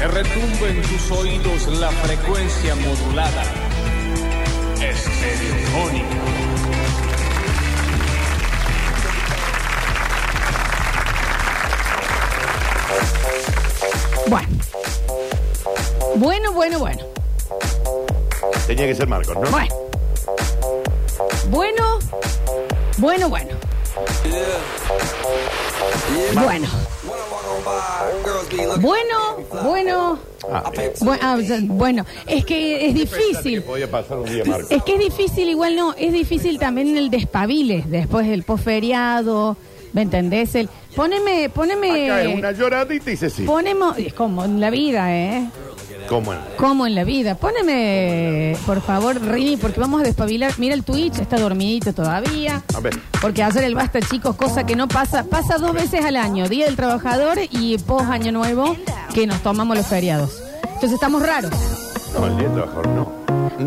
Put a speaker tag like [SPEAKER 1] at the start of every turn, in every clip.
[SPEAKER 1] Recibe en tus oídos la frecuencia modulada. Estereofónica.
[SPEAKER 2] Bueno. Bueno, bueno, bueno.
[SPEAKER 3] Tenía que ser Marcos, ¿no?
[SPEAKER 2] Bueno. Bueno, bueno, bueno. Bueno. Bueno, bueno.
[SPEAKER 3] Ah, eh,
[SPEAKER 2] bu- ah, ya- Bueno, es que es
[SPEAKER 3] que
[SPEAKER 2] difícil.
[SPEAKER 3] podía pasar un día Marcos.
[SPEAKER 2] Es que es difícil, igual no, es difícil también el despabile después del posferiado, ¿me entendés? El, poneme,
[SPEAKER 3] Acá es
[SPEAKER 2] poneme,
[SPEAKER 3] una lloradita y se sí.
[SPEAKER 2] ponemos, es como en la vida, ¿eh?
[SPEAKER 3] ¿Cómo? en-
[SPEAKER 2] Como en la vida. Poneme, por favor, Rini, porque vamos a despabilar. Mira el Twitch, está dormidito todavía.
[SPEAKER 3] A ver.
[SPEAKER 2] Porque hacer el basta, chicos, cosa que no pasa. Pasa dos veces al año, Día del Trabajador y post Año Nuevo, que nos tomamos los feriados. Entonces estamos raros.
[SPEAKER 3] No, el día del trabajador no.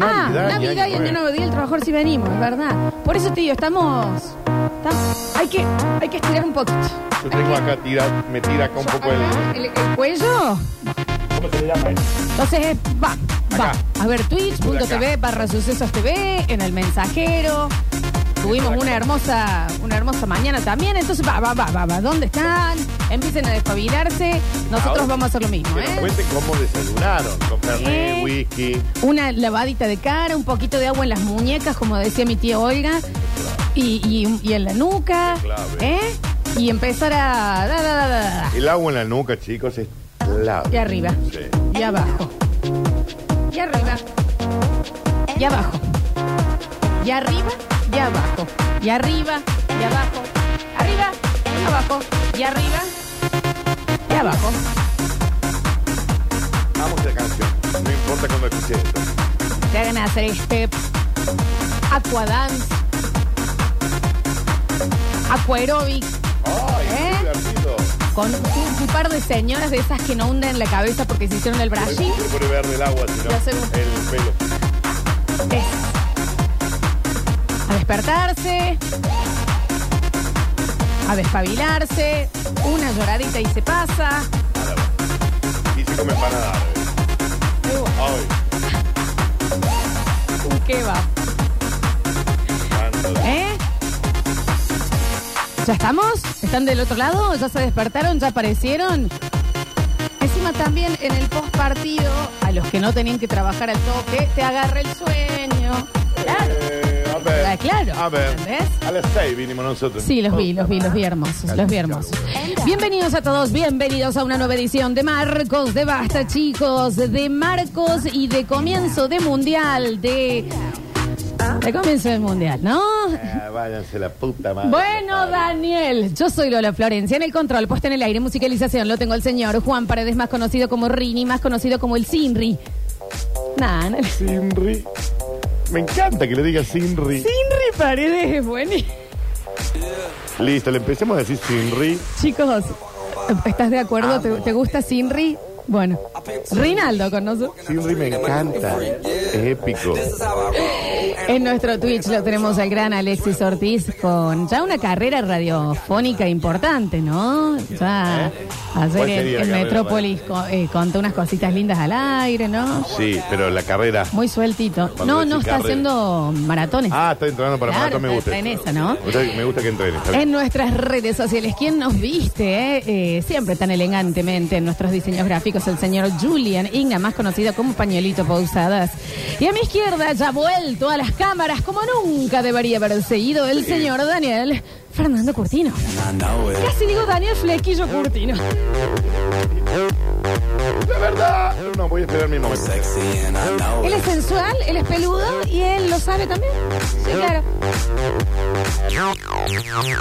[SPEAKER 2] ah,
[SPEAKER 3] ni
[SPEAKER 2] Navidad y Año Nuevo, Día del Trabajador sí venimos, es verdad. Por eso, tío, estamos... estamos- hay, que, hay que estirar un poquito.
[SPEAKER 3] Yo tengo acá, tira, me tira acá un poco el.
[SPEAKER 2] Acá, el, el cuello.
[SPEAKER 3] ¿Cómo se le llama?
[SPEAKER 2] Entonces, eh, va, va.
[SPEAKER 3] Acá.
[SPEAKER 2] A ver,
[SPEAKER 3] De
[SPEAKER 2] twitch.tv
[SPEAKER 3] acá.
[SPEAKER 2] barra sucesos TV, en el mensajero. Tuvimos una hermosa, una hermosa mañana también. Entonces, va, va, va, va, va. ¿Dónde están? Empiecen a despabilarse. Nosotros
[SPEAKER 3] Ahora, pues.
[SPEAKER 2] vamos a hacer lo mismo,
[SPEAKER 3] Que nos
[SPEAKER 2] ¿eh?
[SPEAKER 3] cuenten cómo desayunaron. Con Fernet,
[SPEAKER 2] Eh.
[SPEAKER 3] whisky.
[SPEAKER 2] Una lavadita de cara, un poquito de agua en las muñecas, como decía mi tía Olga, y, y- y en la nuca,
[SPEAKER 3] clave.
[SPEAKER 2] ¿eh? Y empezar a... da, da, da, da, da,
[SPEAKER 3] El agua en la nuca, chicos, es clave.
[SPEAKER 2] Y arriba.
[SPEAKER 3] Sí.
[SPEAKER 2] Y abajo. Y arriba. Y abajo. Y arriba. Y abajo. Y arriba. Y abajo. Arriba. Y abajo. Y arriba. Y abajo.
[SPEAKER 3] Vamos a la canción. No importa cuando escuché esto.
[SPEAKER 2] Te hagan hacer step. Aquadance. Aquaerobic.
[SPEAKER 3] ¡Ay,
[SPEAKER 2] ¿Eh?
[SPEAKER 3] qué divertido!
[SPEAKER 2] Con un, un par de señoras de esas que no hunden la cabeza porque se hicieron el
[SPEAKER 3] Yo
[SPEAKER 2] brushing.
[SPEAKER 3] quiero poner verde el agua, sino
[SPEAKER 2] Ya sé.
[SPEAKER 3] el pelo.
[SPEAKER 2] Es. A despertarse. A despabilarse. Una lloradita y se pasa.
[SPEAKER 3] Nada más. Y se come empanada. ¡Ay!
[SPEAKER 2] Un kebab.
[SPEAKER 3] tanto.
[SPEAKER 2] Uh, ¿Eh? ¿Ya estamos? ¿Están del otro lado? ¿Ya se despertaron? ¿Ya aparecieron? Encima también en el post partido, a los que no tenían que trabajar al toque, te agarra el sueño. Claro.
[SPEAKER 3] Eh, a ver.
[SPEAKER 2] Ah, claro.
[SPEAKER 3] A ver.
[SPEAKER 2] ¿Entendés?
[SPEAKER 3] A las seis vinimos nosotros.
[SPEAKER 2] Sí, los vi, los vi, los vi hermosos, los vi hermosos. Bienvenidos a todos, bienvenidos a una nueva edición de Marcos, de Basta, chicos, de Marcos y de comienzo de Mundial, de... De comienzo del Mundial, ¿no?
[SPEAKER 3] Ah, váyanse la puta madre.
[SPEAKER 2] Bueno,
[SPEAKER 3] Madre.
[SPEAKER 2] Daniel, yo soy Lola Florencia, en el control, puesta en el aire, musicalización, lo tengo el señor Juan Paredes, más conocido como Rini, más conocido como el Sinri. Nah, no, el
[SPEAKER 3] Sinri. Me encanta que le diga Sinri.
[SPEAKER 2] Sinri Paredes es buenísimo.
[SPEAKER 3] Listo, le empecemos a decir Sinri.
[SPEAKER 2] Chicos, ¿estás de acuerdo? ¿Te, te gusta Sinri? Bueno, Rinaldo con nosotros.
[SPEAKER 3] Sinri me encanta. Es épico.
[SPEAKER 2] En nuestro Twitch lo tenemos al gran Alexis Ortiz con ya una carrera radiofónica importante, ¿no? Ya ayer
[SPEAKER 3] ¿Eh?
[SPEAKER 2] en,
[SPEAKER 3] ¿Cuál sería
[SPEAKER 2] en
[SPEAKER 3] la carrera
[SPEAKER 2] Metrópolis co- eh, contó unas cositas lindas al aire, ¿no?
[SPEAKER 3] Sí, pero la carrera.
[SPEAKER 2] Muy sueltito.
[SPEAKER 3] Cuando
[SPEAKER 2] No,
[SPEAKER 3] decís
[SPEAKER 2] no está
[SPEAKER 3] carrera.
[SPEAKER 2] haciendo maratones.
[SPEAKER 3] Ah, está entrenando para
[SPEAKER 2] Claro,
[SPEAKER 3] maratón, me gusta.
[SPEAKER 2] está en esa, ¿no?
[SPEAKER 3] O sea, me gusta que entrene. está bien.
[SPEAKER 2] En nuestras redes sociales, ¿quién nos viste? eh? Eh, siempre tan elegantemente en nuestros diseños gráficos, el señor Julian Igna, más conocido como Pañuelito Pausadas. Y a mi izquierda, ya vuelto a las cámaras, como nunca debería haber seguido, el señor Daniel Fernando Curtino. Casi digo Daniel Flequillo Curtino.
[SPEAKER 3] La verdad. Ah, No, voy a esperar mi momento.
[SPEAKER 2] Él es sensual, él es peludo y él lo sabe también. Sí, claro.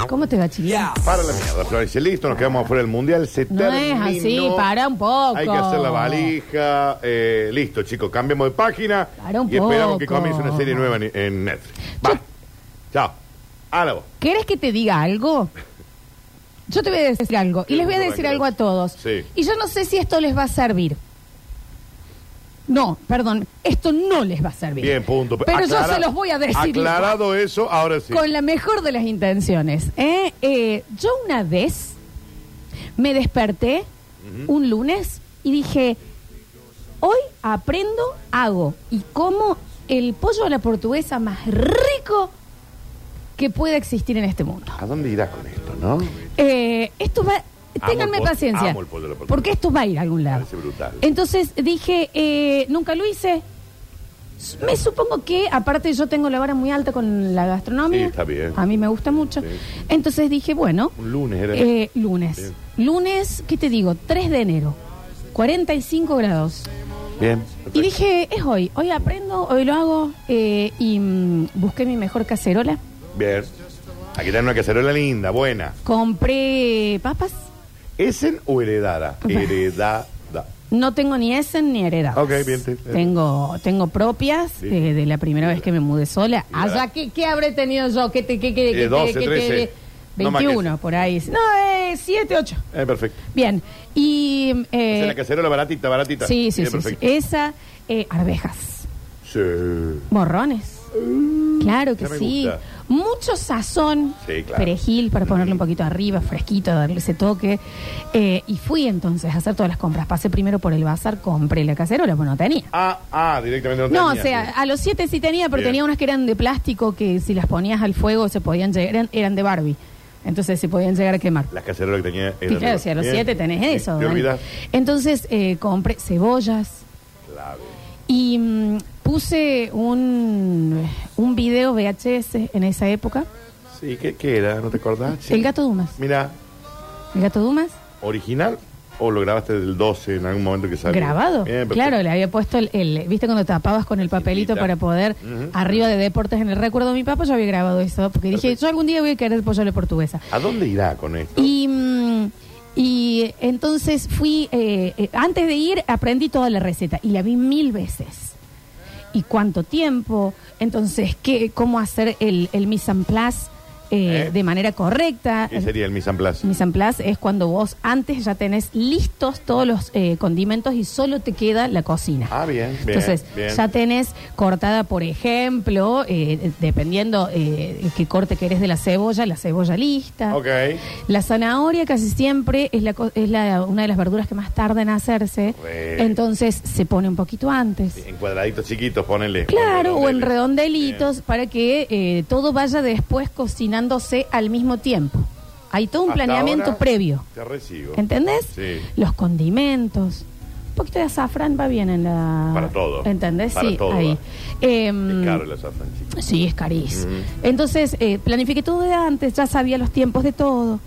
[SPEAKER 2] ¿Cómo te va, chiquillo?
[SPEAKER 3] Para la mierda, Florencia. Listo, nos quedamos afuera del mundial. Se
[SPEAKER 2] No es así,
[SPEAKER 3] terminó.
[SPEAKER 2] para un poco.
[SPEAKER 3] Hay que hacer la valija. eh, listo, chicos, cambiemos de página.
[SPEAKER 2] Para un
[SPEAKER 3] y esperamos que
[SPEAKER 2] poco.
[SPEAKER 3] comience una serie nueva en, en Netflix. Va.
[SPEAKER 2] Yo-
[SPEAKER 3] Chao. A la voz.
[SPEAKER 2] ¿Querés que te diga algo? Yo te voy a decir algo. Y les voy a decir algo a todos.
[SPEAKER 3] Sí.
[SPEAKER 2] Y yo no sé si esto les va a servir. No, perdón. Esto no les va a servir.
[SPEAKER 3] Bien, punto.
[SPEAKER 2] Pero yo
[SPEAKER 3] Aclara-
[SPEAKER 2] se los voy a decir. igual,
[SPEAKER 3] Aclarado eso, ahora sí.
[SPEAKER 2] Con la mejor de las intenciones. ¿eh? Eh, yo una vez me desperté un lunes y dije, Hoy aprendo, hago y como el pollo a la portuguesa más rico que pueda existir en este mundo.
[SPEAKER 3] ¿A dónde irás con esto, no?
[SPEAKER 2] Eh, esto va.
[SPEAKER 3] Amo
[SPEAKER 2] Ténganme
[SPEAKER 3] el pollo-
[SPEAKER 2] paciencia.
[SPEAKER 3] amo el pollo a la portuguesa.
[SPEAKER 2] porque esto va a ir a algún lado.
[SPEAKER 3] Parece brutal.
[SPEAKER 2] Entonces dije, eh, nunca lo hice. S- Me supongo que, aparte, yo tengo la vara muy alta con la gastronomía.
[SPEAKER 3] Sí, está bien.
[SPEAKER 2] A mí me gusta mucho.
[SPEAKER 3] Sí.
[SPEAKER 2] Entonces dije, bueno.
[SPEAKER 3] Un lunes era.
[SPEAKER 2] eh, lunes.
[SPEAKER 3] Bien.
[SPEAKER 2] Lunes, ¿qué te digo? 3 de enero. 45 grados.
[SPEAKER 3] Bien.
[SPEAKER 2] Y
[SPEAKER 3] perfecto.
[SPEAKER 2] dije, es hoy. Hoy aprendo, hoy lo hago. eh, y mm, busqué mi mejor cacerola.
[SPEAKER 3] Bien. Aquí tenés una cacerola linda, buena.
[SPEAKER 2] Compré papas.
[SPEAKER 3] ¿Esen o heredada? Heredada.
[SPEAKER 2] No tengo ni Essen ni heredadas.
[SPEAKER 3] Ok, bien, sí, bien.
[SPEAKER 2] Tengo, tengo propias
[SPEAKER 3] Sí.
[SPEAKER 2] eh, de la primera vez que me mudé sola.
[SPEAKER 3] Y
[SPEAKER 2] Allá,
[SPEAKER 3] la-
[SPEAKER 2] ¿qué, qué habré tenido yo? ¿Qué te, qué, qué,
[SPEAKER 3] Eh,
[SPEAKER 2] qué,
[SPEAKER 3] 12,
[SPEAKER 2] qué- qué-
[SPEAKER 3] 13. No más que
[SPEAKER 2] 21,
[SPEAKER 3] eso.
[SPEAKER 2] por ahí. No, eh, 7, 8.
[SPEAKER 3] Eh, perfecto.
[SPEAKER 2] Bien. Y. eh,
[SPEAKER 3] Esa es la cacerola baratita, baratita.
[SPEAKER 2] sí, sí,
[SPEAKER 3] Bien,
[SPEAKER 2] sí, sí.
[SPEAKER 3] perfecto.
[SPEAKER 2] Esa, eh, arvejas.
[SPEAKER 3] Sí.
[SPEAKER 2] Morrones. Claro que
[SPEAKER 3] Mm. ya me
[SPEAKER 2] sí.
[SPEAKER 3] gusta.
[SPEAKER 2] Mucho sazón.
[SPEAKER 3] Sí, claro. Mm.
[SPEAKER 2] Perejil para ponerle un poquito arriba, fresquito, darle ese toque. Eh, y fui entonces a hacer todas las compras. Pasé primero por el bazar, compré la cacerola, pues no tenía.
[SPEAKER 3] Ah, ah, directamente no
[SPEAKER 2] No, o
[SPEAKER 3] tenía.
[SPEAKER 2] sea, ah. a los siete sí tenía, pero
[SPEAKER 3] Bien.
[SPEAKER 2] tenía unas que eran de plástico que si las ponías al fuego se podían llegar, eran, eran de Barbie. Entonces se podían llegar a quemar.
[SPEAKER 3] Las cacerolas que tenía.
[SPEAKER 2] Y claro, si a los siete tenés eso.
[SPEAKER 3] Te
[SPEAKER 2] Dani.
[SPEAKER 3] olvidas.
[SPEAKER 2] Entonces eh, compré cebollas,
[SPEAKER 3] Clave.
[SPEAKER 2] y mm, puse un, un video VHS en esa época.
[SPEAKER 3] Sí, ¿qué, qué era? ¿No te acordás? Sí.
[SPEAKER 2] El gato Dumas.
[SPEAKER 3] Mira,
[SPEAKER 2] El gato Dumas,
[SPEAKER 3] ¿original o lo grabaste del 12 en algún momento que salió?
[SPEAKER 2] grabado.
[SPEAKER 3] Bien, perfecto.
[SPEAKER 2] claro, le había puesto el, el- ¿Viste cuando tapabas con el papelito
[SPEAKER 3] Cinta.
[SPEAKER 2] para poder,
[SPEAKER 3] Ujú.
[SPEAKER 2] arriba de deportes en el recuerdo de mi papá? Yo había grabado eso porque dije,
[SPEAKER 3] Perfecto.
[SPEAKER 2] yo algún día voy a querer pollo a la portuguesa.
[SPEAKER 3] ¿A dónde irá con esto?
[SPEAKER 2] Y, mm, y entonces fui, eh, eh, antes de ir aprendí toda la receta y la vi mil veces. ¿Y cuánto tiempo? Entonces, ¿qué, ¿cómo hacer el, el mise en place eh,
[SPEAKER 3] ¿Eh?
[SPEAKER 2] de manera correcta?
[SPEAKER 3] ¿Qué sería el mise en place?
[SPEAKER 2] Mise en place es cuando vos antes ya tenés listos todos los eh, condimentos y solo te queda la cocina.
[SPEAKER 3] Ah, bien, bien.
[SPEAKER 2] Entonces,
[SPEAKER 3] bien.
[SPEAKER 2] ya tenés cortada, por ejemplo, eh, dependiendo eh, qué corte querés de la cebolla, la cebolla lista.
[SPEAKER 3] Ok.
[SPEAKER 2] La zanahoria casi siempre es, la, co- es la- una de las verduras que más tarda en hacerse.
[SPEAKER 3] Re.
[SPEAKER 2] Entonces se pone un poquito antes.
[SPEAKER 3] En cuadraditos chiquitos, ponele.
[SPEAKER 2] Claro, o en redondelitos
[SPEAKER 3] Bien.
[SPEAKER 2] para que eh, todo vaya después cocinándose al mismo tiempo. Hay todo un
[SPEAKER 3] Hasta
[SPEAKER 2] planeamiento
[SPEAKER 3] ahora
[SPEAKER 2] previo.
[SPEAKER 3] Te recibo.
[SPEAKER 2] ¿Entendés?
[SPEAKER 3] Sí.
[SPEAKER 2] Los condimentos. Un poquito de azafrán va bien en la.
[SPEAKER 3] Para todo.
[SPEAKER 2] ¿Entendés?
[SPEAKER 3] Para
[SPEAKER 2] sí,
[SPEAKER 3] todo
[SPEAKER 2] ahí.
[SPEAKER 3] va.
[SPEAKER 2] Em,
[SPEAKER 3] Es caro el azafrán, chico.
[SPEAKER 2] Sí, es carísimo.
[SPEAKER 3] Mm.
[SPEAKER 2] Entonces, eh, planifiqué todo de antes, ya sabía los tiempos de todo.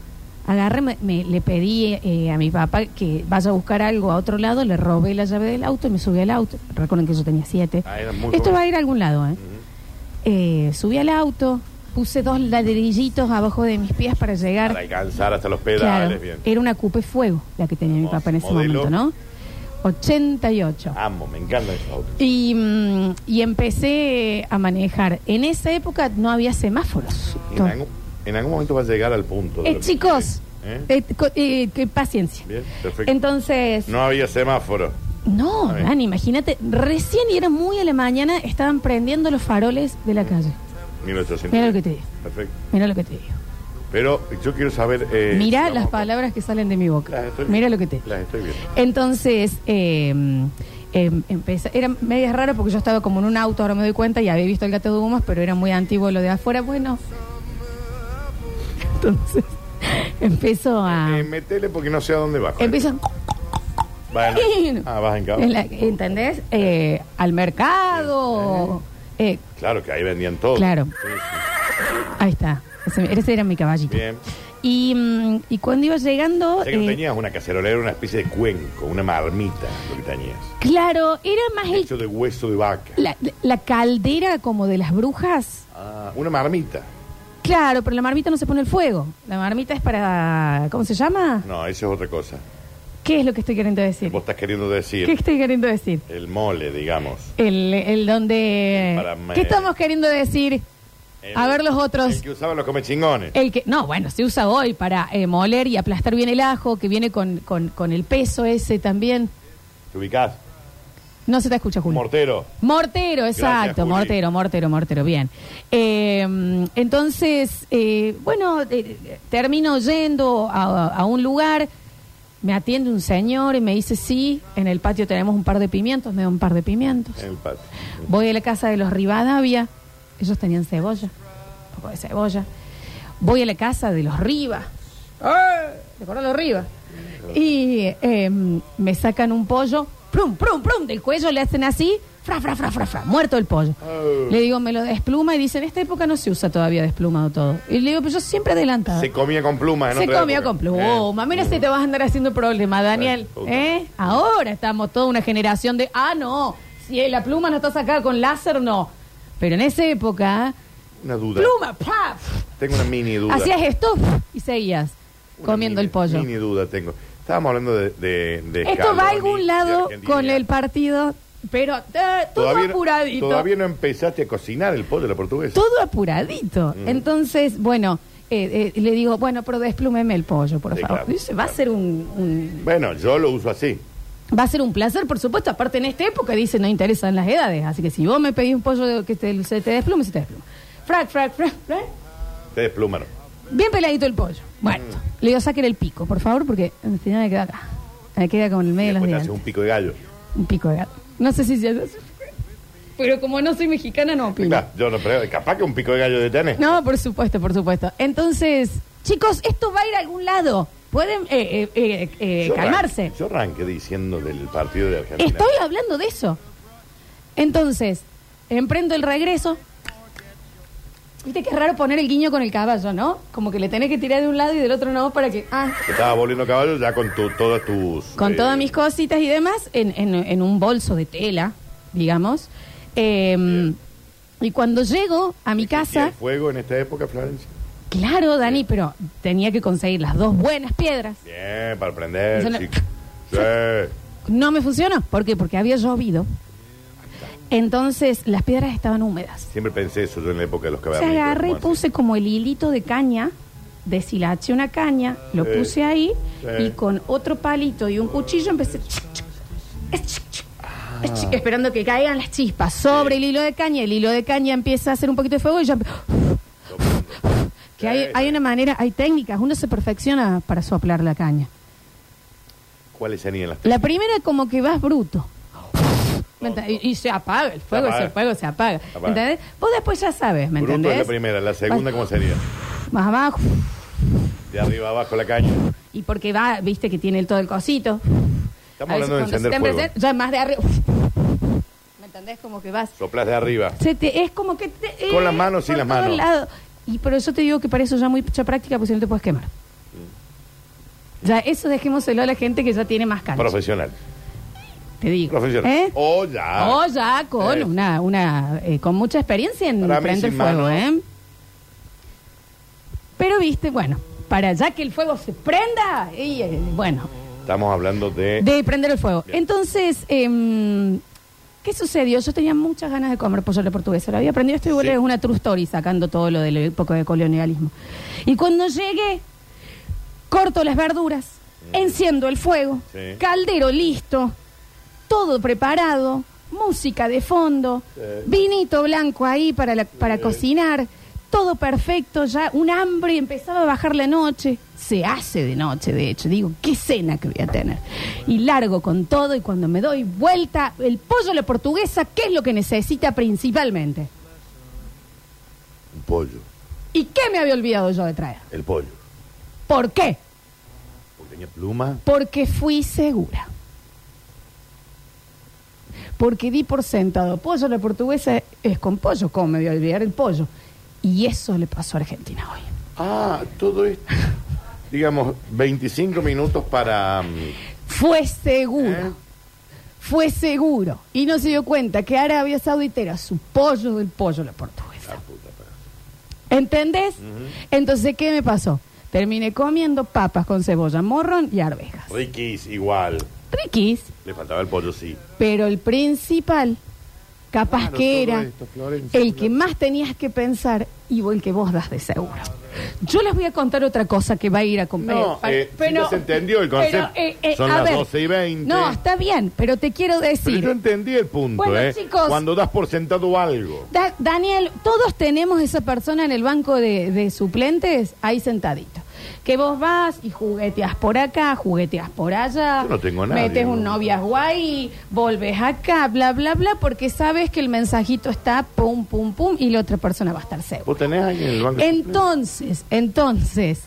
[SPEAKER 2] Agarré, me, me- le pedí eh, a mi papá que vaya a buscar algo a otro lado, le robé la llave del auto y me subí al auto. Recuerden que yo tenía siete.
[SPEAKER 3] Ah, era muy
[SPEAKER 2] Esto
[SPEAKER 3] joven.
[SPEAKER 2] va a ir a algún lado, ¿eh? Eh, Subí al auto, puse dos ladrillitos abajo de mis pies para llegar.
[SPEAKER 3] Para alcanzar hasta los pedales,
[SPEAKER 2] Claro,
[SPEAKER 3] bien.
[SPEAKER 2] era una Coupe Fuego la que tenía mi
[SPEAKER 3] Hermoso
[SPEAKER 2] papá en ese
[SPEAKER 3] modelo.
[SPEAKER 2] momento, ¿no? 88.
[SPEAKER 3] Amo, me encantan esos autos.
[SPEAKER 2] Y, mm, y empecé a manejar. En esa época no había semáforos.
[SPEAKER 3] En algún, en algún momento va a llegar al punto. de
[SPEAKER 2] Eh,
[SPEAKER 3] lo que
[SPEAKER 2] chicos,
[SPEAKER 3] quiere, ¿eh?
[SPEAKER 2] eh, co- eh, que paciencia.
[SPEAKER 3] Bien, perfecto.
[SPEAKER 2] Entonces, no,
[SPEAKER 3] no había semáforo. Está bien.
[SPEAKER 2] Dani, imagínate, recién y era muy a la mañana, estaban prendiendo los faroles de la calle.
[SPEAKER 3] 1800.
[SPEAKER 2] Mira lo que te digo.
[SPEAKER 3] Perfecto.
[SPEAKER 2] Mira lo que te digo.
[SPEAKER 3] Pero yo quiero saber. eh,
[SPEAKER 2] Mira
[SPEAKER 3] vamos,
[SPEAKER 2] las
[SPEAKER 3] con-
[SPEAKER 2] palabras que salen de mi
[SPEAKER 3] Las
[SPEAKER 2] boca.
[SPEAKER 3] estoy viendo.
[SPEAKER 2] Mira lo que te digo.
[SPEAKER 3] Las estoy viendo.
[SPEAKER 2] Entonces, eh, em, empecé- era medio raro porque yo estaba como en un auto, ahora me doy cuenta, y había visto el gato de Dumas, pero era muy antiguo lo de afuera, bueno. Entonces, empiezo a...
[SPEAKER 3] Eh, metele porque no sé a dónde vas. con
[SPEAKER 2] Empiezo...
[SPEAKER 3] esto. Bueno.
[SPEAKER 2] Bien.
[SPEAKER 3] Ah, vas en cabo.
[SPEAKER 2] Em- en la- ¿Entendés? Eh, al mercado. eh,
[SPEAKER 3] Claro, que ahí vendían todo.
[SPEAKER 2] Claro.
[SPEAKER 3] Oh. Sí, sí.
[SPEAKER 2] ahí está. Ese, ese era mi caballito.
[SPEAKER 3] Bien.
[SPEAKER 2] Y, mm, y cuando iba llegando...
[SPEAKER 3] O sea que no
[SPEAKER 2] eh,
[SPEAKER 3] tenías una cacerola, era una especie de cuenco, una marmita lo que tenías.
[SPEAKER 2] claro, era más el-
[SPEAKER 3] Hecho de hueso de vaca.
[SPEAKER 2] la- la caldera como de las brujas.
[SPEAKER 3] Ah, una marmita.
[SPEAKER 2] Claro, pero la marmita no se pone el fuego. La marmita es para. ¿Cómo se llama?
[SPEAKER 3] No, eso es otra cosa.
[SPEAKER 2] ¿Qué es lo que estoy queriendo decir?
[SPEAKER 3] Vos estás queriendo
[SPEAKER 2] ¿Qué
[SPEAKER 3] decir
[SPEAKER 2] estoy queriendo decir?
[SPEAKER 3] el mole, digamos.
[SPEAKER 2] El, el donde.
[SPEAKER 3] El para-
[SPEAKER 2] ¿Qué estamos queriendo decir?
[SPEAKER 3] El-
[SPEAKER 2] A ver los otros. Eh.
[SPEAKER 3] El que usaban los comechingones.
[SPEAKER 2] El que. No, bueno, se usa hoy para eh, moler y aplastar bien el ajo, que viene con, con, con el peso ese también.
[SPEAKER 3] ¿Te ubicás?
[SPEAKER 2] No se te escucha,
[SPEAKER 3] Un
[SPEAKER 2] Julio.
[SPEAKER 3] mortero.
[SPEAKER 2] Mortero, exacto,
[SPEAKER 3] Juli.
[SPEAKER 2] mortero, mortero, mortero, bien. Eh, entonces, eh, bueno, eh, termino yendo a, a un lugar Me atiende un señor y me dice, sí, en el patio tenemos un par de pimientos, me da un par de pimientos.
[SPEAKER 3] En el patio.
[SPEAKER 2] Voy a la casa de los Rivadavia, ellos tenían cebolla, un poco de cebolla. Voy a la casa de los Rivas,
[SPEAKER 3] ¡Eh!
[SPEAKER 2] ¿te acuerdas de los Rivas? Y eh, me sacan un pollo, prum, prum, prum, del cuello le hacen así, fra, fra, fra, fra, fra, muerto el pollo.
[SPEAKER 3] Oh.
[SPEAKER 2] Le digo, me lo despluma y dicen, en esta época no se usa todavía desplumado todo. Y le digo, pero yo siempre adelantaba.
[SPEAKER 3] Se comía con plumas, Ah, ¿no? Eh.
[SPEAKER 2] Se comió con pluma. Mira si te vas a andar haciendo problema, Daniel.
[SPEAKER 3] Puta.
[SPEAKER 2] ¿Eh? Ahora estamos toda una generación de, ah, no, si la pluma no está sacada con láser, no. Pero en esa época,
[SPEAKER 3] Una duda.
[SPEAKER 2] pluma, ¡paf!
[SPEAKER 3] Tengo una mini duda.
[SPEAKER 2] Hacías esto ¡puf! y seguías
[SPEAKER 3] Una
[SPEAKER 2] comiendo
[SPEAKER 3] mini-
[SPEAKER 2] el pollo.
[SPEAKER 3] Mini duda tengo. Estábamos hablando de. de- de
[SPEAKER 2] Esto va a
[SPEAKER 3] Scaloni, de
[SPEAKER 2] algún lado
[SPEAKER 3] Argentina.
[SPEAKER 2] con el partido, pero eh, todo
[SPEAKER 3] Todavía no-
[SPEAKER 2] apuradito.
[SPEAKER 3] Todavía no empezaste a cocinar el pollo de la portuguesa.
[SPEAKER 2] Todo apuradito.
[SPEAKER 3] Mm.
[SPEAKER 2] Entonces, bueno, eh, eh, le digo, bueno, pero desplúmeme el pollo, por
[SPEAKER 3] Sí,
[SPEAKER 2] favor.
[SPEAKER 3] claro,
[SPEAKER 2] Dice, va a
[SPEAKER 3] claro.
[SPEAKER 2] ser un- un
[SPEAKER 3] Bueno, yo lo uso así.
[SPEAKER 2] Va a ser un placer, por supuesto. Aparte, en esta época dice no interesan las edades. Así que si vos me pedís un pollo de- que te- se te desplome, se te desploma. Frac, frac, frac, frac.
[SPEAKER 3] Te desplumaron.
[SPEAKER 2] Bien peladito el pollo. Muerto. Le digo, saquen el pico, por favor, porque al final me queda acá. Me queda con el
[SPEAKER 3] Y
[SPEAKER 2] medio de los
[SPEAKER 3] después te haces
[SPEAKER 2] dientes.
[SPEAKER 3] un pico de gallo.
[SPEAKER 2] Un... pico de gato. No sé si se hace así. Pero como no soy mexicana, no opino.
[SPEAKER 3] Claro, yo no, pero capaz que un pico de gallo de tenés.
[SPEAKER 2] No, por supuesto, por supuesto. Entonces, chicos, esto va a ir a algún lado. Pueden eh, eh, eh, eh,
[SPEAKER 3] Yo
[SPEAKER 2] calmarse.
[SPEAKER 3] arranqué- Yo arranqué diciendo del partido de Argentina.
[SPEAKER 2] Estoy hablando de eso. Entonces, emprendo el regreso. Viste que es raro poner el guiño con el caballo, ¿no? Como que le tenés que tirar de un lado y del otro no para que... Ah.
[SPEAKER 3] Te Estaba volviendo caballo ya con tu- todas tus.
[SPEAKER 2] Con
[SPEAKER 3] eh,
[SPEAKER 2] todas mis cositas y demás, en, en- en un bolso de tela, digamos. Eh, y cuando llego a mi
[SPEAKER 3] ¿Y el
[SPEAKER 2] casa,
[SPEAKER 3] fuego en esta época, Florencia?
[SPEAKER 2] claro, Dani, pero tenía que conseguir las dos buenas piedras.
[SPEAKER 3] Bien, para prender.
[SPEAKER 2] Eso no-
[SPEAKER 3] chico. Sí.
[SPEAKER 2] No me funcionó. ¿Por qué? Porque había llovido. Entonces, las piedras estaban húmedas.
[SPEAKER 3] Siempre pensé eso yo en la época de los
[SPEAKER 2] Se
[SPEAKER 3] cavernícolas.
[SPEAKER 2] agarré y
[SPEAKER 3] Juan.
[SPEAKER 2] puse como el hilito de caña, deshilaché una caña, lo
[SPEAKER 3] Sí.
[SPEAKER 2] puse ahí
[SPEAKER 3] Sí.
[SPEAKER 2] y con otro palito y un cuchillo empecé. chuc, chuc, es chuc, chuc, es
[SPEAKER 3] Ah.
[SPEAKER 2] chuc, Esperando que caigan las chispas sobre el hilo de caña, el hilo de caña empieza a hacer un poquito de fuego y ya. Que hay,
[SPEAKER 3] Sí.
[SPEAKER 2] hay una manera, hay técnicas, uno se perfecciona para soplar la caña.
[SPEAKER 3] ¿Cuáles serían las
[SPEAKER 2] La primera como que vas bruto. ¿Me entiendes? Y, y se apaga el fuego,
[SPEAKER 3] Se apaga.
[SPEAKER 2] ese fuego se apaga.
[SPEAKER 3] Se
[SPEAKER 2] ¿Me
[SPEAKER 3] apaga.
[SPEAKER 2] entendés? Vos después ya sabes, ¿me
[SPEAKER 3] Bruto es
[SPEAKER 2] entendés?
[SPEAKER 3] la primera. La segunda, ¿cómo sería?
[SPEAKER 2] Más abajo.
[SPEAKER 3] De arriba abajo la caña.
[SPEAKER 2] Y porque va, viste que tiene el- todo el cosito. A
[SPEAKER 3] Estamos
[SPEAKER 2] veces
[SPEAKER 3] hablando de
[SPEAKER 2] cuando
[SPEAKER 3] encender
[SPEAKER 2] se te
[SPEAKER 3] fuego.
[SPEAKER 2] presenta, Ya más de arriba. ¿Me entendés? Como que vas.
[SPEAKER 3] Soplas de arriba.
[SPEAKER 2] Se te- es como que. te-
[SPEAKER 3] Con
[SPEAKER 2] eh,
[SPEAKER 3] las manos, sin
[SPEAKER 2] por
[SPEAKER 3] las
[SPEAKER 2] todos
[SPEAKER 3] manos.
[SPEAKER 2] lados. Y pero yo te digo que para eso ya mucha práctica, porque si no te puedes quemar. Ya, eso dejémoselo a la gente que ya tiene más cancha.
[SPEAKER 3] Profesional.
[SPEAKER 2] te digo.
[SPEAKER 3] Profesional.
[SPEAKER 2] ¿Eh?
[SPEAKER 3] O ya.
[SPEAKER 2] O ya con
[SPEAKER 3] Eh.
[SPEAKER 2] una, una eh, con mucha experiencia en
[SPEAKER 3] Para mí
[SPEAKER 2] prender
[SPEAKER 3] sin
[SPEAKER 2] fuego,
[SPEAKER 3] mano.
[SPEAKER 2] ¿eh? Pero viste, bueno, para ya que el fuego se prenda, y eh, bueno,
[SPEAKER 3] Estamos hablando de.
[SPEAKER 2] de prender el fuego.
[SPEAKER 3] Bien.
[SPEAKER 2] Entonces, em, ¿qué sucedió? Yo tenía muchas ganas de comer pollo a la portuguesa. Lo había aprendido esto igual
[SPEAKER 3] Sí.
[SPEAKER 2] es una true story sacando todo lo de la época de colonialismo. Y cuando llegué, corto las verduras, enciendo el fuego,
[SPEAKER 3] Mm. Sí.
[SPEAKER 2] caldero listo, todo preparado, música de fondo,
[SPEAKER 3] Sí.
[SPEAKER 2] vinito blanco ahí para, la- para cocinar. Todo perfecto, ya un hambre, empezaba a bajar la noche. Se hace de noche, de hecho. Digo, qué cena que voy a tener. Y largo con todo y cuando me doy vuelta, el pollo a la portuguesa, ¿qué es lo que necesita principalmente?
[SPEAKER 3] Un pollo.
[SPEAKER 2] ¿Y qué me había olvidado yo de traer?
[SPEAKER 3] El pollo.
[SPEAKER 2] ¿Por qué?
[SPEAKER 3] Porque tenía pluma.
[SPEAKER 2] Porque fui segura. Porque di por sentado, pollo a la portuguesa es con pollo, ¿cómo me voy a olvidar el pollo? Y eso le pasó a Argentina hoy.
[SPEAKER 3] Ah, todo esto. Digamos, 25 minutos para. mm,
[SPEAKER 2] Fue seguro.
[SPEAKER 3] ¿Eh?
[SPEAKER 2] Fue seguro. Y no se dio cuenta que Arabia Saudita era su pollo del pollo la portuguesa. ¿Entendés? Entonces, ¿qué me pasó? Terminé comiendo papas con cebolla, morrón y arvejas.
[SPEAKER 3] Riquis, igual.
[SPEAKER 2] Riquis,
[SPEAKER 3] Le faltaba el pollo, sí.
[SPEAKER 2] pero el principal, capaz
[SPEAKER 3] Claro, todo
[SPEAKER 2] que era
[SPEAKER 3] esto, Florencia,
[SPEAKER 2] el que
[SPEAKER 3] claro.
[SPEAKER 2] más tenías que pensar y el que vos das de seguro. Yo les voy a contar otra cosa que va a ir a comprar.
[SPEAKER 3] No, eh, sí les entendió el concepto.
[SPEAKER 2] eh,
[SPEAKER 3] Son las 12 y 20.
[SPEAKER 2] No, está bien, pero te quiero
[SPEAKER 3] Pero
[SPEAKER 2] decir.
[SPEAKER 3] yo entendí el punto,
[SPEAKER 2] Bueno,
[SPEAKER 3] ¿eh?
[SPEAKER 2] chicos.
[SPEAKER 3] Cuando das por sentado algo.
[SPEAKER 2] Da- Daniel, todos tenemos esa persona en el banco de, de suplentes ahí sentadito. que vos vas y jugueteas por acá, jugueteas por allá.
[SPEAKER 3] Yo no tengo a nadie,
[SPEAKER 2] Metes un
[SPEAKER 3] ¿no?
[SPEAKER 2] noviazgo ahí, volves acá, bla, bla, bla, porque sabes que el mensajito está pum, pum, pum y la otra persona va a estar segura.
[SPEAKER 3] ¿Vos tenés ahí en el banco?
[SPEAKER 2] Entonces, entonces,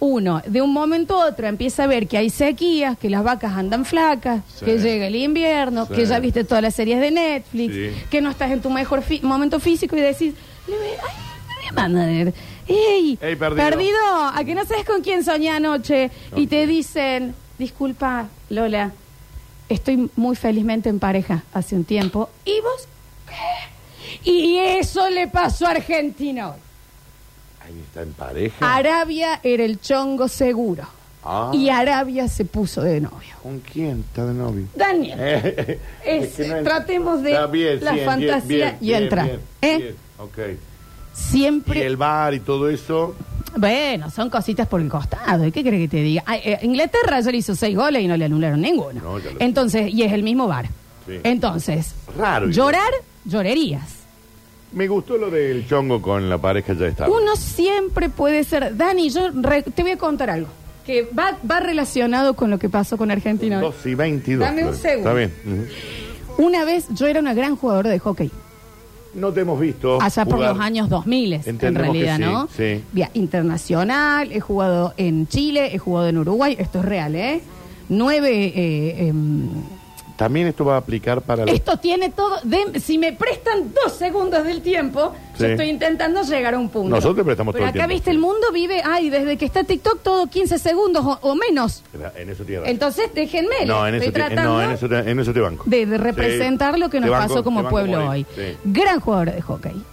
[SPEAKER 2] uno, de un momento a otro empieza a ver que hay sequías, que las vacas andan flacas,
[SPEAKER 3] Sí.
[SPEAKER 2] que llega el invierno,
[SPEAKER 3] Sí.
[SPEAKER 2] que ya viste todas las series de Netflix,
[SPEAKER 3] Sí.
[SPEAKER 2] que no estás en tu mejor fi- momento físico y decís, le voy, ay, le voy a mandar, ey,
[SPEAKER 3] Ey, perdido.
[SPEAKER 2] a que no sabes con quién soñé anoche y te dicen, disculpa, Lola, estoy muy felizmente en pareja hace un tiempo y vos, ¿qué? Y eso le pasó a Argentina hoy.
[SPEAKER 3] Ahí está en pareja.
[SPEAKER 2] Arabia era el chongo seguro.
[SPEAKER 3] Ah.
[SPEAKER 2] Y Arabia se puso de novio.
[SPEAKER 3] ¿Con quién está de novio?
[SPEAKER 2] Daniel,
[SPEAKER 3] Eh,
[SPEAKER 2] Es-
[SPEAKER 3] que no es-
[SPEAKER 2] tratemos de
[SPEAKER 3] Está bien,
[SPEAKER 2] la
[SPEAKER 3] sí, bien,
[SPEAKER 2] fantasía
[SPEAKER 3] bien,
[SPEAKER 2] y
[SPEAKER 3] bien,
[SPEAKER 2] entrar,
[SPEAKER 3] bien,
[SPEAKER 2] ¿eh?
[SPEAKER 3] bien, ok. Y
[SPEAKER 2] siempre.
[SPEAKER 3] el bar y todo eso.
[SPEAKER 2] Bueno, son cositas por el costado. ¿Y qué crees que te diga? Ay, eh, Inglaterra ayer hizo seis goles y no le anularon ninguno.
[SPEAKER 3] No, ya lo sé.
[SPEAKER 2] Entonces, y es el mismo bar.
[SPEAKER 3] Sí.
[SPEAKER 2] Entonces,
[SPEAKER 3] Raro.
[SPEAKER 2] llorar, llorerías.
[SPEAKER 3] Me gustó lo del chongo con la pareja ya está.
[SPEAKER 2] Uno siempre puede ser. Dani, yo re- te voy a contar algo que va, va relacionado con lo que pasó con Argentina. hoy.
[SPEAKER 3] Dos y 22.
[SPEAKER 2] Dame un segundo.
[SPEAKER 3] Está bien.
[SPEAKER 2] Una vez yo era una gran jugadora de hockey.
[SPEAKER 3] Ujú. No te hemos visto.
[SPEAKER 2] Allá por
[SPEAKER 3] jugar.
[SPEAKER 2] los años 2000, en
[SPEAKER 3] Entendemos que
[SPEAKER 2] realidad,
[SPEAKER 3] sí,
[SPEAKER 2] ¿no?
[SPEAKER 3] sí.
[SPEAKER 2] Bien, internacional, he jugado en Chile, he jugado en Uruguay, esto es real, ¿eh? Nueve. eh, em,
[SPEAKER 3] También esto va a aplicar para los.
[SPEAKER 2] esto tiene todo. de- si me prestan dos segundos del tiempo,
[SPEAKER 3] Sí.
[SPEAKER 2] yo estoy intentando llegar a un punto.
[SPEAKER 3] Nosotros te prestamos
[SPEAKER 2] Pero
[SPEAKER 3] todo el
[SPEAKER 2] acá,
[SPEAKER 3] tiempo.
[SPEAKER 2] viste, el mundo vive. Ay, desde que está TikTok, todo 15 segundos o, o menos.
[SPEAKER 3] En eso tiene razón.
[SPEAKER 2] Entonces, déjenme.
[SPEAKER 3] no, en eso,
[SPEAKER 2] estoy
[SPEAKER 3] te,
[SPEAKER 2] tratando
[SPEAKER 3] no en, eso te, en eso te banco.
[SPEAKER 2] de, de representar
[SPEAKER 3] Sí,
[SPEAKER 2] lo que
[SPEAKER 3] te
[SPEAKER 2] nos
[SPEAKER 3] banco,
[SPEAKER 2] pasó
[SPEAKER 3] te
[SPEAKER 2] como
[SPEAKER 3] banco
[SPEAKER 2] pueblo hoy.
[SPEAKER 3] morir, sí.
[SPEAKER 2] Gran jugador de hockey.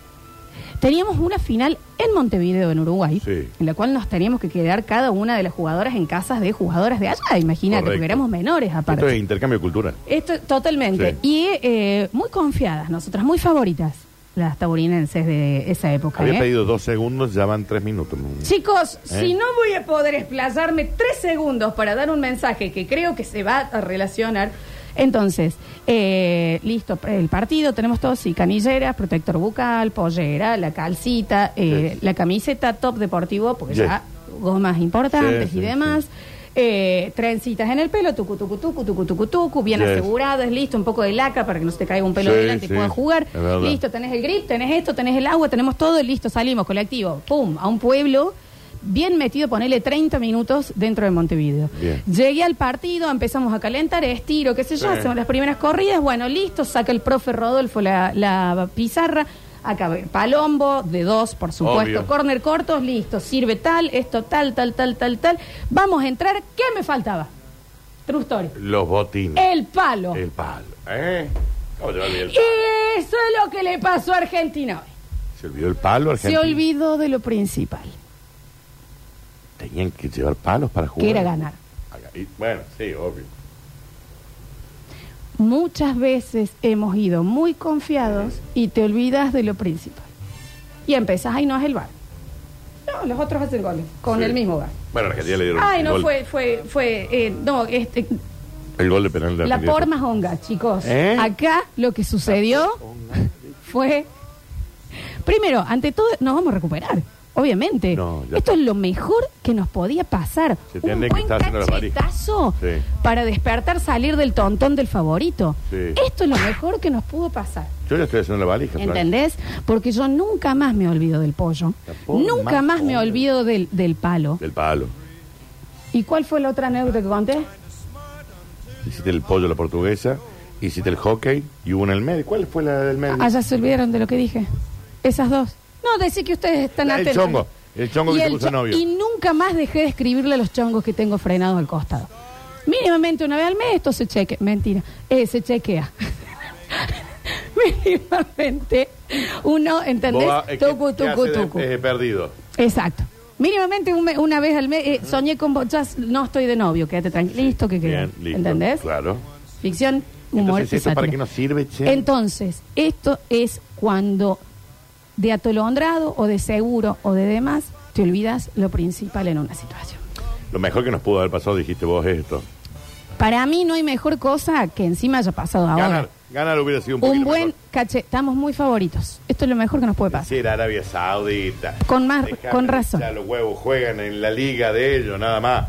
[SPEAKER 2] Teníamos una final en Montevideo, en Uruguay,
[SPEAKER 3] Sí.
[SPEAKER 2] en la cual nos teníamos que quedar cada una de las jugadoras en casas de jugadoras de allá, imagínate,
[SPEAKER 3] Correcto.
[SPEAKER 2] porque éramos menores
[SPEAKER 3] Esto es
[SPEAKER 2] aparte.
[SPEAKER 3] intercambio cultural.
[SPEAKER 2] Esto, totalmente.
[SPEAKER 3] Sí.
[SPEAKER 2] Y eh, muy confiadas, nosotras, muy favoritas, las taurinenses de esa época.
[SPEAKER 3] Había
[SPEAKER 2] ¿eh?
[SPEAKER 3] pedido dos segundos, ya van tres minutos.
[SPEAKER 2] Chicos,
[SPEAKER 3] ¿Eh?
[SPEAKER 2] si no voy a poder explayarme tres segundos para dar un mensaje que creo que se va a relacionar, entonces, eh, listo, el partido, tenemos todos, sí, canilleras, protector bucal, pollera, la calcita, eh,
[SPEAKER 3] Yes.
[SPEAKER 2] la camiseta top deportivo, porque
[SPEAKER 3] Yes.
[SPEAKER 2] ya gomas importantes
[SPEAKER 3] Sí, sí,
[SPEAKER 2] y demás.
[SPEAKER 3] sí.
[SPEAKER 2] eh, trencitas en el pelo, tucu, tucu, tucu, tucu, tucu, tucu, bien
[SPEAKER 3] Yes.
[SPEAKER 2] aseguradas, listo, un poco de laca para que no se te caiga un pelo
[SPEAKER 3] Sí,
[SPEAKER 2] delante y
[SPEAKER 3] sí,
[SPEAKER 2] puedas jugar.
[SPEAKER 3] es verdad.
[SPEAKER 2] Listo, tenés el grip, tenés esto, tenés el agua, tenemos todo, listo, salimos, colectivo, pum, a un pueblo bien metido, ponele 30 minutos dentro de Montevideo.
[SPEAKER 3] Bien.
[SPEAKER 2] Llegué al partido, empezamos a calentar, estiro, qué sé yo,
[SPEAKER 3] Sí.
[SPEAKER 2] hacemos las primeras corridas, bueno, listo, saca el profe Rodolfo la, la pizarra, acá ve, palombo, de dos, por supuesto,
[SPEAKER 3] Obvio.
[SPEAKER 2] corner cortos, listo, sirve tal, esto tal, tal, tal, tal, tal, vamos a entrar, ¿qué me faltaba? True story.
[SPEAKER 3] Los botines.
[SPEAKER 2] El palo.
[SPEAKER 3] El palo. ¿Eh? ¿Cómo se va a olvidar el palo?
[SPEAKER 2] Y eso es lo que le pasó a Argentina hoy.
[SPEAKER 3] Se olvidó el palo, Argentina.
[SPEAKER 2] Se olvidó de lo principal,
[SPEAKER 3] Tenían que llevar palos para jugar.
[SPEAKER 2] que era ganar.
[SPEAKER 3] Acá- y- bueno, sí, obvio.
[SPEAKER 2] Muchas veces hemos ido muy confiados y te olvidas de lo principal. Y empezás, ay, no es el bar. No, los otros hacen goles, con
[SPEAKER 3] Sí.
[SPEAKER 2] el mismo bar.
[SPEAKER 3] Bueno, a Argentina le dieron
[SPEAKER 2] Ay,
[SPEAKER 3] el
[SPEAKER 2] no,
[SPEAKER 3] gol,
[SPEAKER 2] fue, fue, fue, eh, no, este,
[SPEAKER 3] el gol de penal de
[SPEAKER 2] la
[SPEAKER 3] Argentina.
[SPEAKER 2] porma honga, chicos.
[SPEAKER 3] ¿Eh?
[SPEAKER 2] Acá lo que sucedió fue, primero, ante todo, nos vamos a recuperar. Obviamente,
[SPEAKER 3] No, ya
[SPEAKER 2] esto
[SPEAKER 3] está.
[SPEAKER 2] es lo mejor que nos podía pasar.
[SPEAKER 3] Se
[SPEAKER 2] Un
[SPEAKER 3] tiene que
[SPEAKER 2] buen
[SPEAKER 3] estar haciendo las valijas.
[SPEAKER 2] cachetazo
[SPEAKER 3] Sí.
[SPEAKER 2] para despertar, salir del tontón del favorito.
[SPEAKER 3] Sí.
[SPEAKER 2] Esto es lo mejor que nos pudo pasar.
[SPEAKER 3] Yo ya estoy haciendo la valija. Frank.
[SPEAKER 2] ¿Entendés? Porque yo nunca más me olvido del pollo.
[SPEAKER 3] La porma
[SPEAKER 2] Nunca más me
[SPEAKER 3] honga.
[SPEAKER 2] olvido del, del palo.
[SPEAKER 3] Del palo.
[SPEAKER 2] ¿Y cuál fue la otra anécdota que conté?
[SPEAKER 3] Hiciste el pollo a la portuguesa, hiciste el hockey y hubo una en el medio. ¿Cuál fue la del medio?
[SPEAKER 2] Ah, ya se olvidaron de lo que dije. Esas dos. No, decir que ustedes están
[SPEAKER 3] El
[SPEAKER 2] atentos.
[SPEAKER 3] chongo. El chongo
[SPEAKER 2] Y
[SPEAKER 3] que se
[SPEAKER 2] el
[SPEAKER 3] puso
[SPEAKER 2] cho-
[SPEAKER 3] novio.
[SPEAKER 2] Y nunca más dejé de escribirle a los chongos que tengo frenados al costado. Mínimamente una vez al mes esto se chequea. Mentira. Eh, se chequea. Mínimamente. Uno, ¿entendés?
[SPEAKER 3] Vos, eh, ¿qué-
[SPEAKER 2] tucu,
[SPEAKER 3] qué
[SPEAKER 2] tucu,
[SPEAKER 3] hace de-
[SPEAKER 2] tucu.
[SPEAKER 3] eh, perdido.
[SPEAKER 2] Exacto. Mínimamente un me- una vez al mes. eh, soñé con vos. Ya s- no estoy de novio. Quédate tranquilo. Listo, que queda.
[SPEAKER 3] Bien, listo.
[SPEAKER 2] ¿Entendés?
[SPEAKER 3] Claro.
[SPEAKER 2] Ficción, humor
[SPEAKER 3] Entonces, ¿esto
[SPEAKER 2] y
[SPEAKER 3] para
[SPEAKER 2] sátira.
[SPEAKER 3] qué nos sirve, che?
[SPEAKER 2] Entonces, esto es cuando de atolondrado o de seguro o de demás, te olvidas lo principal en una situación.
[SPEAKER 3] Lo mejor que nos pudo haber pasado, dijiste vos, es esto.
[SPEAKER 2] Para mí no hay mejor cosa que encima haya pasado ahora.
[SPEAKER 3] Ganar, ganar hubiera sido un
[SPEAKER 2] un
[SPEAKER 3] poquito
[SPEAKER 2] buen
[SPEAKER 3] mejor.
[SPEAKER 2] caché. Estamos muy favoritos. Esto es lo mejor que nos puede pasar.
[SPEAKER 3] Sí, era Arabia Saudita.
[SPEAKER 2] Con más-
[SPEAKER 3] Dejame,
[SPEAKER 2] con razón.
[SPEAKER 3] Ya los huevos juegan en la liga de ellos, nada más.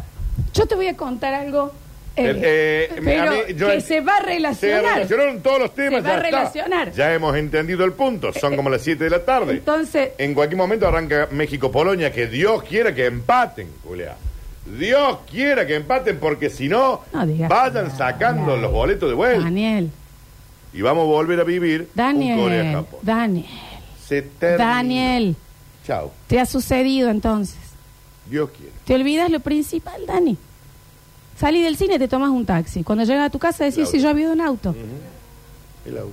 [SPEAKER 2] Yo te voy a contar algo. eh,
[SPEAKER 3] El- eh,
[SPEAKER 2] pero
[SPEAKER 3] a mí, yo-
[SPEAKER 2] que se va a
[SPEAKER 3] Se
[SPEAKER 2] relacionar.
[SPEAKER 3] relacionaron todos los
[SPEAKER 2] Se
[SPEAKER 3] temas.
[SPEAKER 2] va
[SPEAKER 3] ya
[SPEAKER 2] a
[SPEAKER 3] está.
[SPEAKER 2] relacionar. Eh,
[SPEAKER 3] Ya hemos entendido el punto. Son como las 7 de la tarde.
[SPEAKER 2] Entonces,
[SPEAKER 3] En cualquier momento arranca México-Polonia, que Dios quiera que empaten, Julia. Dios quiera que empaten, porque si no,
[SPEAKER 2] No digas
[SPEAKER 3] vayan
[SPEAKER 2] nada.
[SPEAKER 3] sacando los boletos de vuelta.
[SPEAKER 2] Daniel,
[SPEAKER 3] Y vamos a volver a vivir un
[SPEAKER 2] Daniel,
[SPEAKER 3] Corea-Japón.
[SPEAKER 2] Daniel,
[SPEAKER 3] Se termina.
[SPEAKER 2] Daniel,
[SPEAKER 3] Chao.
[SPEAKER 2] te ha sucedido entonces.
[SPEAKER 3] Dios quiera.
[SPEAKER 2] Te olvidas lo principal, Dani. Salí del cine, te tomas un taxi. Cuando llegas a tu casa decís
[SPEAKER 3] Claro.
[SPEAKER 2] si yo había ido en auto.
[SPEAKER 3] Mm. El auto.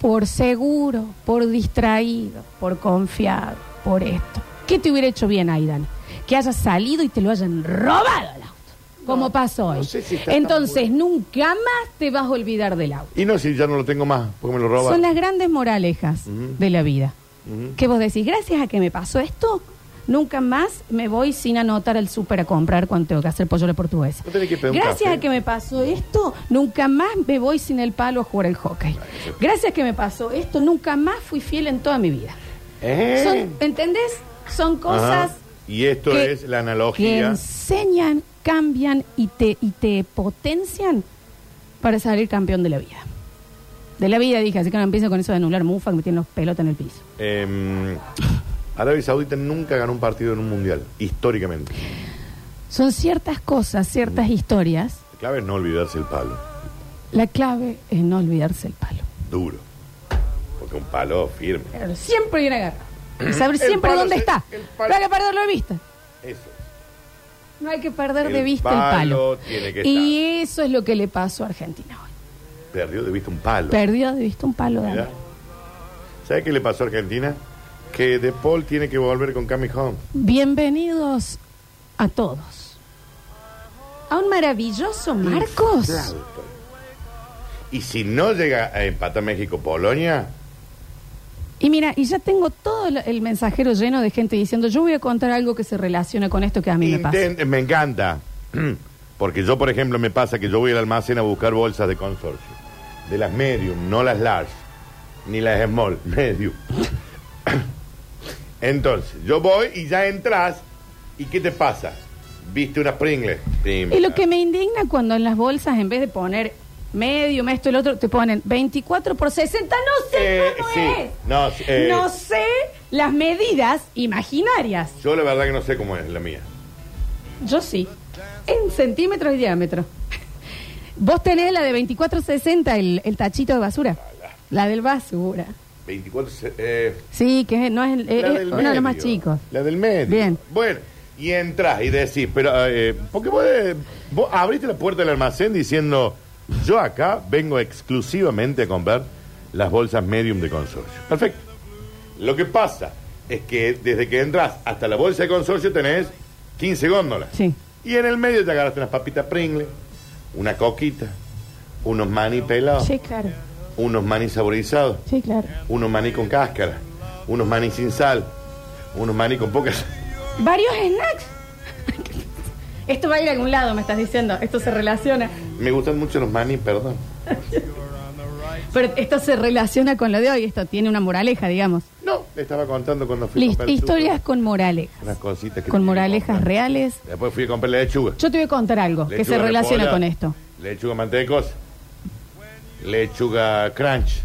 [SPEAKER 2] Por seguro, por distraído, por confiado, por esto. ¿Qué te hubiera hecho bien ahí, Dani? Que hayas salido y te lo hayan robado el auto. Como pasó hoy.
[SPEAKER 3] no sé si está tan
[SPEAKER 2] Entonces, nunca más te vas a olvidar del auto.
[SPEAKER 3] Y no, si ya no lo tengo más, porque me lo roban.
[SPEAKER 2] Son las grandes moralejas de la vida. Que vos decís, gracias a que me pasó esto, nunca más me voy sin anotar al súper a comprar cuando tengo que hacer pollo a la portuguesa.
[SPEAKER 3] No tenés que pedir un
[SPEAKER 2] gracias
[SPEAKER 3] café.
[SPEAKER 2] a que me pasó esto, nunca más me voy sin el palo a jugar el hockey. Gracias a que me pasó esto, nunca más fui fiel en toda mi vida.
[SPEAKER 3] ¿Eh?
[SPEAKER 2] Son- ¿Entendés? Son
[SPEAKER 3] Ajá.
[SPEAKER 2] cosas
[SPEAKER 3] Y esto
[SPEAKER 2] que-
[SPEAKER 3] es
[SPEAKER 2] que
[SPEAKER 3] la analogía.
[SPEAKER 2] enseñan, cambian y te, y te potencian para salir campeón de la vida. De la vida dije, así que no empiezo con eso de anular mufa que me tienen los pelotas en el piso.
[SPEAKER 3] Em, Arabia Saudita nunca ganó un partido en un mundial, históricamente.
[SPEAKER 2] Son ciertas cosas, ciertas
[SPEAKER 3] Mm.
[SPEAKER 2] historias.
[SPEAKER 3] La clave es no olvidarse el palo.
[SPEAKER 2] La clave es no olvidarse el palo.
[SPEAKER 3] Duro. Porque un palo firme.
[SPEAKER 2] Pero siempre viene agarrado. Y saber
[SPEAKER 3] Mm. El
[SPEAKER 2] siempre
[SPEAKER 3] palo
[SPEAKER 2] dónde
[SPEAKER 3] se-
[SPEAKER 2] está.
[SPEAKER 3] el palo-
[SPEAKER 2] No hay que perderlo de vista.
[SPEAKER 3] Eso.
[SPEAKER 2] No hay que perder
[SPEAKER 3] El
[SPEAKER 2] de vista
[SPEAKER 3] palo
[SPEAKER 2] el palo.
[SPEAKER 3] tiene que
[SPEAKER 2] y eso es lo que le pasó a Argentina hoy.
[SPEAKER 3] Perdió de vista un palo.
[SPEAKER 2] Perdió de vista un palo.
[SPEAKER 3] Mirá.
[SPEAKER 2] Daniel.
[SPEAKER 3] ¿Sabe qué le pasó a Argentina? Que De Paul tiene que volver con Cami Home.
[SPEAKER 2] Bienvenidos a todos. A un maravilloso Marcos.
[SPEAKER 3] Y si no llega a empatar México-Polonia,
[SPEAKER 2] Y mira, y ya tengo todo el- el mensajero lleno de gente diciendo, yo voy a contar algo que se relaciona con esto que a mí me pasa.
[SPEAKER 3] inten- me encanta. Porque yo, por ejemplo, me pasa que yo voy al almacén a buscar bolsas de consorcio. De las medium, no las large. Ni las small, medium. Entonces, yo voy y ya entras. ¿Y qué te pasa? ¿Viste unas Pringles?
[SPEAKER 2] Y lo que me indigna cuando en las bolsas, en vez de poner medio, esto, el otro, te ponen 24 por 60. No sé
[SPEAKER 3] Eh,
[SPEAKER 2] cómo
[SPEAKER 3] sí.
[SPEAKER 2] es.
[SPEAKER 3] No, eh,
[SPEAKER 2] No sé las medidas imaginarias.
[SPEAKER 3] Yo la verdad que no sé cómo es la mía.
[SPEAKER 2] Yo sí. En centímetros y diámetro. Vos tenés la de 24-60, el, el tachito de basura. La del basura.
[SPEAKER 3] 24... se- Eh,
[SPEAKER 2] Sí, que no es, el-
[SPEAKER 3] la
[SPEAKER 2] es
[SPEAKER 3] del
[SPEAKER 2] Eh, uno de los más
[SPEAKER 3] medio.
[SPEAKER 2] chicos.
[SPEAKER 3] La del medio.
[SPEAKER 2] Bien.
[SPEAKER 3] Bueno, y entras y decís, pero... Eh, porque vos, eh, vos abriste la puerta del almacén diciendo, yo acá vengo exclusivamente a comprar las bolsas medium de consorcio. Perfecto. Lo que pasa es que desde que entras hasta la bolsa de consorcio tenés 15 góndolas.
[SPEAKER 2] Sí.
[SPEAKER 3] Y en el medio te agarraste unas papitas Pringles, una coquita, unos maní pelados,
[SPEAKER 2] Sí, claro.
[SPEAKER 3] unos maní saborizados.
[SPEAKER 2] Sí, claro.
[SPEAKER 3] unos maní con cáscara, unos maní sin sal, unos maní con poca sal.
[SPEAKER 2] Varios snacks. Esto va a ir a algún lado, me estás diciendo. Esto se relaciona.
[SPEAKER 3] Me gustan mucho los maní, perdón.
[SPEAKER 2] Pero esto se relaciona con lo de hoy. Esto tiene una moraleja, digamos.
[SPEAKER 3] No, le estaba contando cuando fui a
[SPEAKER 2] List-
[SPEAKER 3] comprar
[SPEAKER 2] historias
[SPEAKER 3] chucro,
[SPEAKER 2] con moralejas.
[SPEAKER 3] unas cositas que
[SPEAKER 2] Con
[SPEAKER 3] tenía que
[SPEAKER 2] moralejas
[SPEAKER 3] comprar.
[SPEAKER 2] reales.
[SPEAKER 3] Después fui a comprar la lechuga.
[SPEAKER 2] Yo te voy a contar algo que
[SPEAKER 3] Lechuga
[SPEAKER 2] se relaciona
[SPEAKER 3] repollo,
[SPEAKER 2] con esto.
[SPEAKER 3] Lechuga mantecos, lechuga crunch,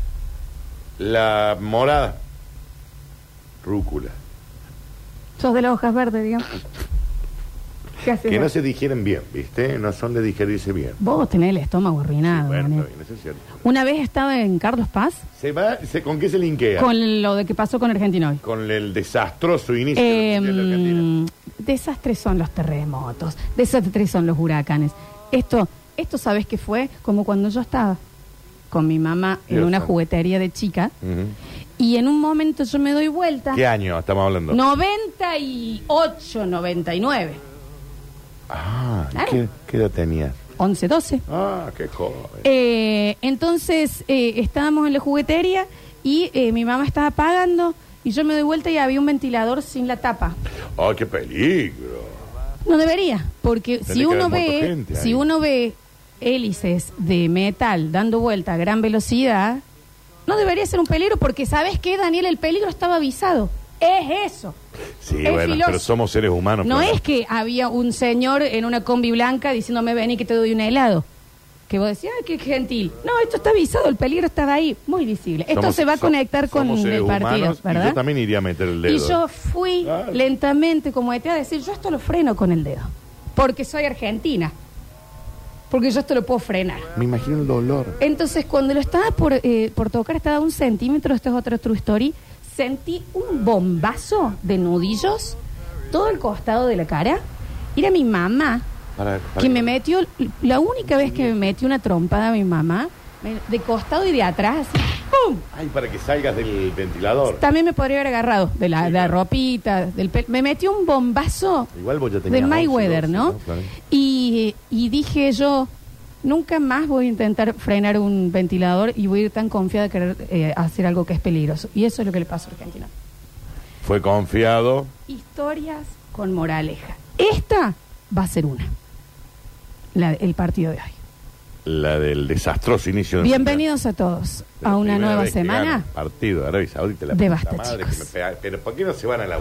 [SPEAKER 3] la morada, rúcula.
[SPEAKER 2] Sos de las hojas verdes, digamos. ¿Qué haces?
[SPEAKER 3] Que no se digieren bien, ¿viste? No son de digerirse bien.
[SPEAKER 2] Vos tenés el estómago arruinado.
[SPEAKER 3] Bueno,
[SPEAKER 2] Daniel.
[SPEAKER 3] está bien, eso es cierto.
[SPEAKER 2] Una vez estaba en Carlos Paz
[SPEAKER 3] Se va, se- ¿Con qué se linkea? Con,
[SPEAKER 2] con lo de que pasó con Argentina hoy.
[SPEAKER 3] el desastroso inicio
[SPEAKER 2] Eh,
[SPEAKER 3] del Mundial de Argentina.
[SPEAKER 2] desastres son los terremotos, desastres son los huracanes. Esto, esto sabes que fue como cuando yo estaba con mi mamá en
[SPEAKER 3] Dios
[SPEAKER 2] una
[SPEAKER 3] santo.
[SPEAKER 2] juguetería de chica
[SPEAKER 3] Ujú.
[SPEAKER 2] y en un momento yo me doy vuelta.
[SPEAKER 3] ¿Qué año estamos hablando?
[SPEAKER 2] 98, 99,
[SPEAKER 3] Ah,
[SPEAKER 2] Claro.
[SPEAKER 3] ¿qué, qué edad tenías?
[SPEAKER 2] 11, 12.
[SPEAKER 3] Ah, qué joven.
[SPEAKER 2] Eh, entonces eh, estábamos en la juguetería y eh, mi mamá estaba pagando y yo me doy vuelta y había un ventilador sin la tapa.
[SPEAKER 3] Ah, qué peligro.
[SPEAKER 2] No debería, porque
[SPEAKER 3] Tenés
[SPEAKER 2] si
[SPEAKER 3] que
[SPEAKER 2] uno
[SPEAKER 3] haber muerto
[SPEAKER 2] ve,
[SPEAKER 3] gente ahí.
[SPEAKER 2] si uno ve hélices de metal dando vuelta a gran velocidad, no debería ser un peligro porque ¿sabes qué, Daniel? El peligro estaba avisado. Es eso.
[SPEAKER 3] Sí,
[SPEAKER 2] Es
[SPEAKER 3] bueno,
[SPEAKER 2] filoso.
[SPEAKER 3] pero somos seres humanos. pues,
[SPEAKER 2] No
[SPEAKER 3] pero-
[SPEAKER 2] es que había un señor en una combi blanca diciéndome, vení que te doy un helado. Que vos decías, ay, qué gentil. No, esto está avisado, el peligro estaba ahí, muy visible. Esto
[SPEAKER 3] somos-
[SPEAKER 2] se va a
[SPEAKER 3] so-
[SPEAKER 2] conectar con
[SPEAKER 3] somos seres
[SPEAKER 2] el partido,
[SPEAKER 3] humanos,
[SPEAKER 2] ¿verdad?
[SPEAKER 3] Y yo también iría a meter el dedo.
[SPEAKER 2] Y yo fui
[SPEAKER 3] Claro.
[SPEAKER 2] lentamente, como ETA, a decir, yo esto lo freno con el dedo. Porque soy argentina. Porque yo esto lo puedo frenar.
[SPEAKER 3] Me imagino el dolor.
[SPEAKER 2] Entonces, cuando lo estaba por, eh, por tocar, estaba a un centímetro, esto es otra true story, sentí un bombazo de nudillos, todo el costado de la cara. Era mi mamá,
[SPEAKER 3] Para- para-
[SPEAKER 2] que me metió, la única vez que me metió una trompada a mi mamá, me- de costado y de atrás, así, ¡pum!
[SPEAKER 3] Ay, para que salgas del ventilador.
[SPEAKER 2] También me podría haber agarrado de la, de la ropita, del pe- Me metió un bombazo
[SPEAKER 3] Igual vos ya
[SPEAKER 2] de
[SPEAKER 3] tenías
[SPEAKER 2] Mayweather,
[SPEAKER 3] 11,
[SPEAKER 2] ¿no?
[SPEAKER 3] Claro.
[SPEAKER 2] Y, y dije yo, nunca más voy a intentar frenar un ventilador y voy a ir tan confiada a querer eh, hacer algo que es peligroso. Y eso es lo que le pasó a Argentina.
[SPEAKER 3] Fue confiado.
[SPEAKER 2] Historias con moraleja. Esta va a ser una. La- el partido de hoy.
[SPEAKER 3] La del desastroso inicio. del
[SPEAKER 2] Bienvenidos a todos a
[SPEAKER 3] mundial.
[SPEAKER 2] una
[SPEAKER 3] La primera
[SPEAKER 2] nueva
[SPEAKER 3] vez que
[SPEAKER 2] semana.
[SPEAKER 3] gana un Partido de Arabia Saudita. La
[SPEAKER 2] De
[SPEAKER 3] puta
[SPEAKER 2] basta,
[SPEAKER 3] madre que
[SPEAKER 2] chicos.
[SPEAKER 3] me pega- Pero ¿por qué no se van a la